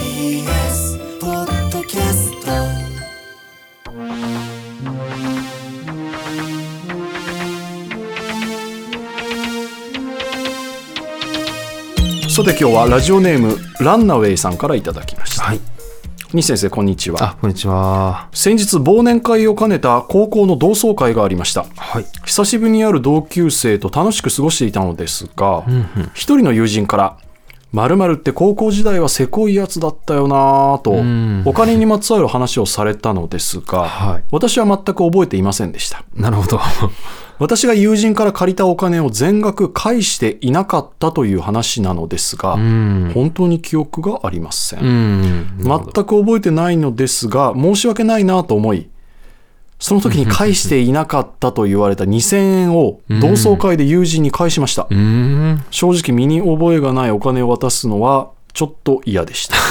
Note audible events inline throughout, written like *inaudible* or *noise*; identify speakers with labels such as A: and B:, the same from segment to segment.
A: TBS ポッドキャスト
B: さて今日はラジオネームランナウェイさんからいただきました。
C: はい。
B: 西先生こんにちは。
C: あ、こんにちは。
B: 先日忘年会を兼ねた高校の同窓会がありました。
C: はい。
B: 久しぶりに会う同級生と楽しく過ごしていたのですが、一人の友人から「まるって高校時代はせこいやつだったよな」と
C: ん
B: お金にまつわる話をされたのですが、
C: はい
B: 私は全く覚えていませんでした
C: なるほど。
B: 私が友人から借りたお金を全額返していなかったという話なのですが、
C: うん。
B: 本当に記憶がありません
C: うん。
B: 全く覚えてないのですが申し訳ないなと思いその時に返していなかったと言われた2000円を同窓会で友人に返しました、
C: うん。
B: 正直身に覚えがないお金を渡すのはちょっと嫌でした *laughs*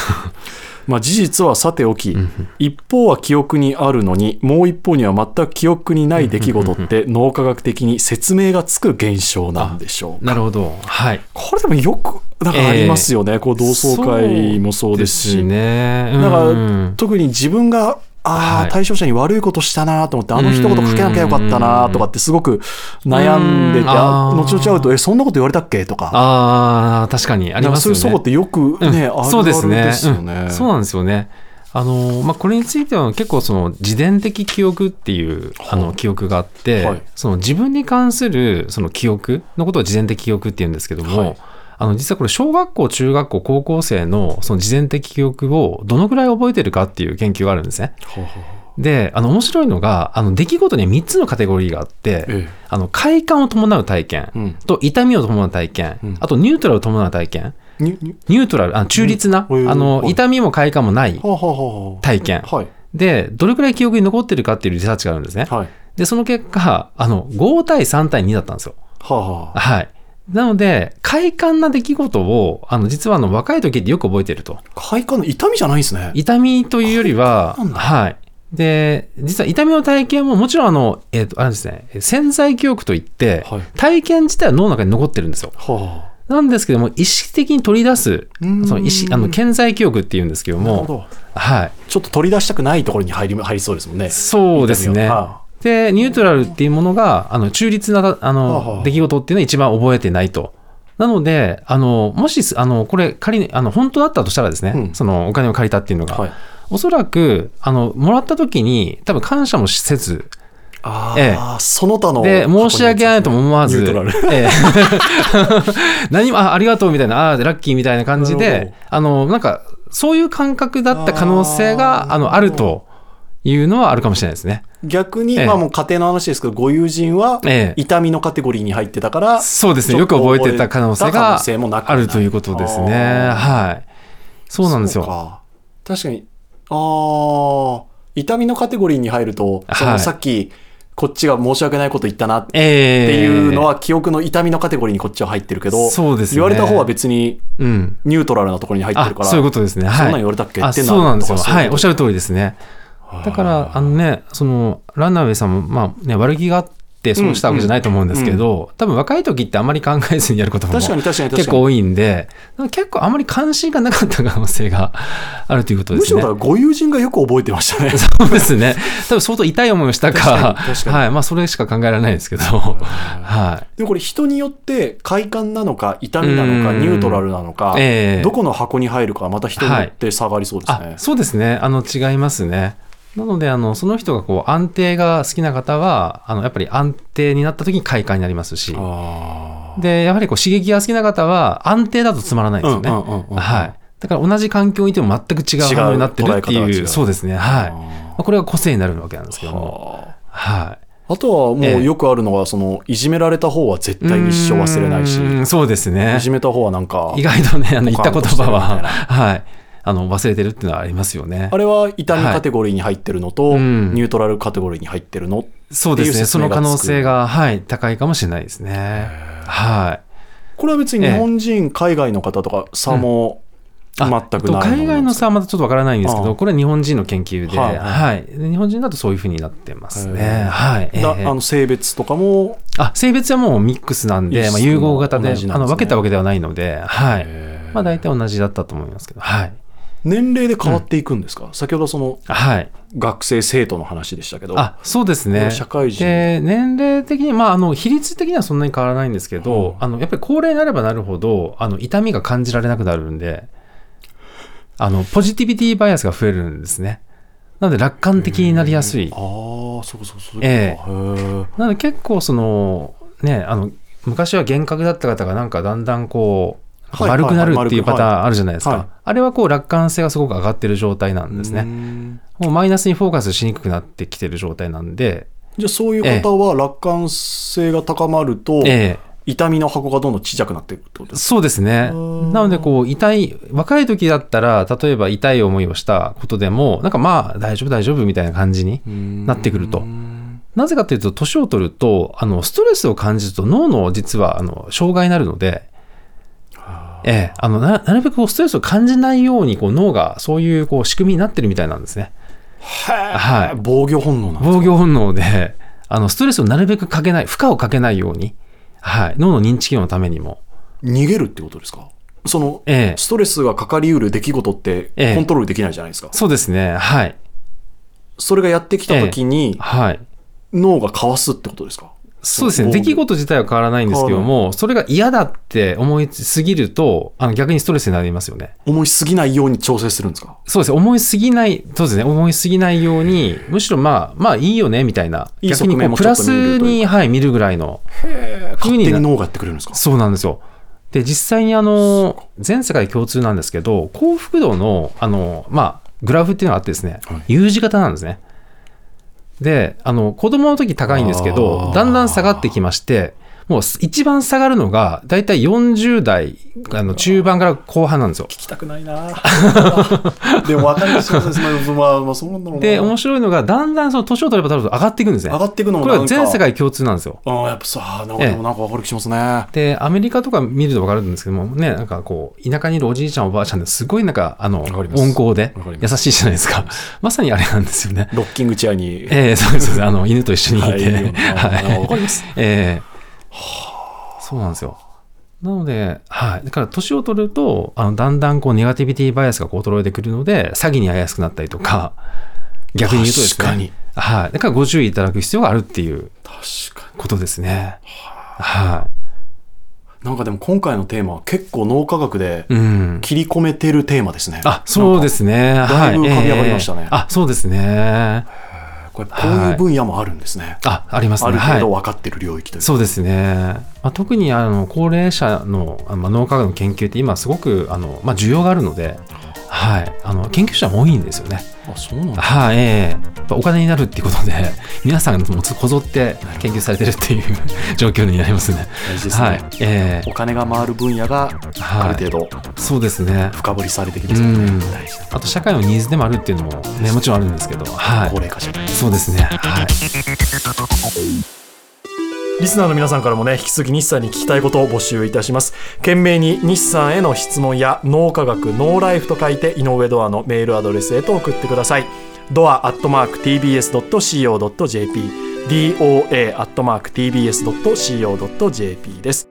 B: まあ事実はさておき一方は記憶にあるのにもう一方には全く記憶にない出来事って脳科学的に説明がつく現象なんでしょうか
C: なるほど。はい。
B: これでもよくだからありますよね、こう同窓会もそうですし
C: そうね。
B: だから、
C: うん
B: 特に自分が、ああ、
C: はい
B: 対象者に悪いことしたなと思って、あの一言かけなきゃよかったなとかってすごく悩んで
C: う
B: て、
C: ん
B: あ
C: あー
B: 後々会うと、え、そんなこと言われたっけとか、
C: ああ、確かにあ
B: な
C: り
B: ん
C: ま
B: か
C: す
B: そういう
C: よね。
B: そこってよく
C: うん
B: ね、ある
C: そう
B: あ
C: です
B: る
C: ね
B: ですよね
C: うん。そうなんですよね。あのまあ、これについては結構その自伝的記憶っていうあの記憶があって、
B: はい
C: その自分に関するその記憶のことを自伝的記憶っていうんですけども、
B: はい
C: あの実はこれ小学校中学校高校生のその自伝的記憶をどのぐらい覚えてるかっていう研究があるんですね。
B: はあは
C: であの面白いのがあの出来事には3つのカテゴリーがあって、
B: ええ
C: あの快感を伴う体験、
B: うん
C: と痛みを伴う体験、
B: うん
C: あとニュートラルを伴う体験
B: あにに
C: ニュートラルあ中立な、
B: うん
C: あの
B: はい
C: 痛みも快感もない
B: はあはあはあ
C: 体験
B: はい。
C: でどれくらい記憶に残ってるかっていうリサーチがあるんですね
B: はい。
C: でその結果あの5対3対2だったんですよ
B: はあはあ。
C: はいなので快感な出来事をあの実はあの若い時ってよく覚えてると
B: 快感の痛みじゃないんですね。
C: 痛みというより
B: 快
C: は
B: 感なんだ
C: はいで実は痛みの体験ももちろんあの、えっとあれですね、潜在記憶といって、
B: はい
C: 体験自体は脳の中に残ってるんですよ
B: はあ。
C: なんですけども意識的に取り出す
B: うーん
C: その意識あの健在記憶っていうんですけど
B: なる
C: も
B: ほど。
C: はい、
B: ちょっと取り出したくないところに入り入りそうですもんね。
C: そうです
B: 痛み
C: ね
B: を。あ
C: で、ニュートラルっていうものが、あの中立なあ
B: はあはあ
C: の出来事っていうのは一番覚えてないと。なので、あのもしあのこれ、仮にあの本当だったとしたらですね、
B: うん
C: そのお金を借りたっていうのが、
B: はい
C: おそらくあのもらった時に、多分感謝もせず、
B: あ
C: え
B: ー、その他の。
C: で、申し訳ないとも思わず、
B: ニュートラル
C: ええ *laughs* 何もあ、ありがとうみたいな、あーラッキーみたいな感じ
B: なるほ
C: で、あの、なんか、そういう感覚だった可能性が、
B: あー
C: あの、あるというのはあるかもしれないですね。
B: 逆に、
C: ええ
B: まあもう家庭の話ですけど、ご友人は
C: ええ
B: 痛みのカテゴリーに入ってたから、
C: そうです
B: ち
C: ね。
B: ょっ
C: よ
B: と
C: く覚えてた可能性
B: 覚えてた可
C: が
B: 能性もなくは
C: あ
B: ない
C: るということですね。
B: あー
C: はい。そうなんですよ。
B: か確かに、ああ、痛みのカテゴリーに入ると、そ
C: は
B: の
C: い
B: さっき、こっちが申し訳ないこと言ったなって
C: ええ
B: いうの、は、記憶の痛みのカテゴリーにこっちは入ってるけど、
C: そうですね
B: 言われた方は別に
C: うん。
B: ニュートラルなところに入って
C: あ
B: るから、
C: そういうことですね。はい。
B: そんなん言われたっけ
C: あ
B: ってなる
C: そうなんですよ。
B: とかそういう
C: は
B: こと
C: い。おっしゃる通りですね。だから、あのね、その、ランナーウェイさんも、まあね、悪気があって損したわけじゃないと思うんですけど、多分若い時ってあまり考えずにやることも
B: 確かに確かに確かに。
C: 結構多いんで、結構あまり関心がなかった可能性があるということで
B: むし
C: す
B: ろ
C: ね
B: だか。らご友人がよく覚えてま
C: *laughs*
B: したね。
C: そうですね。多分相当痛い思いをしたか、
B: 確かに確かに
C: はい。まあ、それしか考えられないですけ
B: *laughs*
C: ど、はい。
B: でもこれ人によって快感なのか痛みなのか
C: うん
B: ニュートラルなのか、
C: ええ
B: どこの箱に入るかはまた人によって差がありそうですね。
C: あそうですねあの違いますねなのであのその人がこう安定が好きな方はあのやっぱり安定になった時に快感になりますし
B: あ
C: でやはりこう刺激が好きな方は安定だとつまらないですよね、
B: うんうんうんうん
C: はいだから同じ環境にいても全く違う
B: 違う
C: 反応になってるっ
B: 捉
C: て
B: え方が
C: い
B: 違
C: う
B: う
C: そうですねはいまあこれが個性になるわけなんですけども
B: あ。
C: はい
B: あとはも
C: え
B: う
C: え
B: よくあるのはそのいじめられた方は絶対に一生忘れないし
C: う、ーんそうですね
B: いじめた方はなんか
C: 意外とねあの言った言葉は
B: ポカンとして
C: はいあの忘れてるっていうのはありますよね
B: あれは痛みカテゴリーに入ってるのと、
C: いうん
B: ニュートラルカテゴリーに入ってるの。
C: そうで
B: ってい
C: す
B: う
C: ね。
B: 説
C: そ
B: 明
C: の
B: がつく
C: 可能性が、はい、高いかもしれないですね。はい。
B: これは別に日本人、海外の方とか差も全く
C: あ
B: ないと思い
C: え
B: ま
C: っ
B: す
C: と海外のさはまだちょっとわからないんですけ
B: ああ
C: ど、これは日本人の研究で、
B: はい
C: はい。で日本人だとそういうふうになってます
B: へえ
C: ね。はい。ええ
B: だあの性別とかも
C: あ、性別はもうミックスなん
B: いい
C: で、
B: 質
C: まあ、
B: 問
C: 融合型で
B: 同じなん
C: あ
B: ですね
C: の分けたわけではないので、はい
B: へえ。
C: まあ、大体同じだったと思いますけど、はい。
B: 年齢で変わっていくんですか、先ほどその
C: はい。
B: 学生生徒の話でしたけど
C: あ、そうです
B: これ
C: ね。
B: 社会人
C: で年齢的に、まあ、あの、比率的にはそんなに変わらないんですけど、
B: は
C: あの、やっぱり高齢になればなるほど、あの、痛みが感じられなくなるんで、あの、ポジティビティバイアスが増えるんですね。なので、楽観的になりやすい
B: あ。あそうそうそう
C: ええ
B: え
C: なので、結構、その、ね、あの、昔は幻覚だった方が、なんか、だんだんこう、なんか
B: はいはい
C: 丸
B: はい
C: くなるっていうパターンあるじゃないですか。
B: はい
C: あれはこう、楽観性がすごく上がってる状態なんですね。
B: ね
C: もうマイナスにフォーカスしにくくなってきてる状態なんで、
B: じゃあそういう方は楽観性が高まると、
C: ええ
B: 痛みの箱がどんどん小さくなっていくってことです
C: そうですね。
B: うん
C: なので、こう、痛い、若い時だったら、例えば痛い思いをしたことでも、なんかまあ、大丈夫、大丈夫みたいな感じにな
B: な
C: ってくると。なぜかというと、年を取ると、あの、ストレスを感じると、脳の実は、あの、障害になるので、ええ、あの、ななるべくこうストレスを感じないように、こう、脳がそういう、こう、仕組みになってるみたいなんですね。
B: は
C: はい
B: い、防御本能なんです
C: 防御本能で、あの、ストレスをなるべくかけない、負荷をかけないように、はい、脳の認知機能のためにも、
B: 逃げるってことですかその、
C: ええ
B: ストレスがかかりうる出来事って
C: ええ
B: コントロールできないじゃないですか、
C: そうですね、はい、
B: それがやってきた時に
C: はい。
B: 脳がかわすってことですか
C: そうです
B: そ
C: ね。
B: う
C: 出来事自体は変わらないんですけど
B: 変
C: も、それが嫌だって思いすぎると、あの逆にストレスになりますよね。
B: 思いすぎないように調整するんですか
C: そうですね。思いすぎない、そうですね。思いすぎないように、むしろまあ、まあいいよね、みたいな。
B: いい
C: 逆に
B: 側面
C: こう
B: も
C: プ
B: ちょ
C: ラ
B: っと見るというか
C: スに、はい、見るぐらいの。
B: 勝手に脳がやってくれるんですか
C: そうなんですよ。で、実際にあの、全世界共通なんですけど、幸福度の、あの、まあ、グラフっていうのがあってですね
B: はい、
C: U 字型なんですね。で、あの、子供の時高いんですけ
B: あ
C: ど
B: ー、
C: だんだん下がってきまして、もう一番下がるのが、だいたい40代、あの、中盤から後半なんですよ。
B: 聞きたくないなでも分かりますよねまあまあそうなんだろうな
C: で、面白いのが、だんだんその年を取れば取るほど上がっていくんですね。
B: 上がっていくのも
C: こ
B: なん
C: れ
B: か
C: は全世界共通なんですよ。
B: ああやっぱさなんかでもなんか分かる気しますね、
C: で、アメリカとか見ると分かるんですけども、ね、なんかこう、田舎にいるおじいちゃんおばあちゃんですごいなんか、あの、
B: わかります
C: 温厚で
B: わかりま
C: 優しいじゃないですか。 *laughs* まさにあれなんですよね。
B: ロッキングチェアに、
C: ええそうですそうです。あの、犬と一緒にいて。 *laughs*
B: はいいいよなわかります
C: ええそうなんですよ。なので、はい。だから、年を取ると、あの、だんだんこう、ネガティビティバイアスがこう衰えてくるので、詐欺に遭いやすくなったりとか、逆に言うとですね。
B: 確かに。
C: はい。だから、ご注意いただく必要があるっていう
B: 確か
C: ことですね。は
B: になんかでも今回のテーマは結構脳科学で
C: い。うん。
B: 切り込めてるテーマですね、
C: あ、そうですね。
B: だいぶ
C: は
B: 浮かび上がりましたね
C: ええあ、そうですね。
B: なんかこれこういう分野もあるんですね、
C: あ、あります
B: あ
C: ね。
B: る
C: は
B: 程
C: い
B: 度分かってる領域というか
C: そうですね、まあ、特にあの高齢者のあまあ脳科学の研究って今すごくあの、まあ、需要があるので、はい、あの研究者も多いんですよね。
B: あそうなんだ
C: はい、ええやっぱお金になるっていうことで *laughs* 皆さんもつこぞって研究されてるっていう *laughs* 状況になりますね。
B: 大事ですね、
C: はいえ
B: お金が回る分野がある程度
C: えそうですね
B: 深掘りされてきますよね、
C: うん
B: 大事だ
C: あと社会のニーズでもあるっていうのも、ね、もちろんあるんですけど、は
B: 高
C: い、
B: 齢化社会
C: そうですね。はい
D: リスナーの皆さんからもね、引き続き日産に聞きたいことを募集いたします。懸命に日産への質問や、脳科学、ノーライフと書いて、井上ドアのメールアドレスへと送ってください。ドアアットマーク TBS.CO.JP、DOA アットマーク TBS.CO.JP です。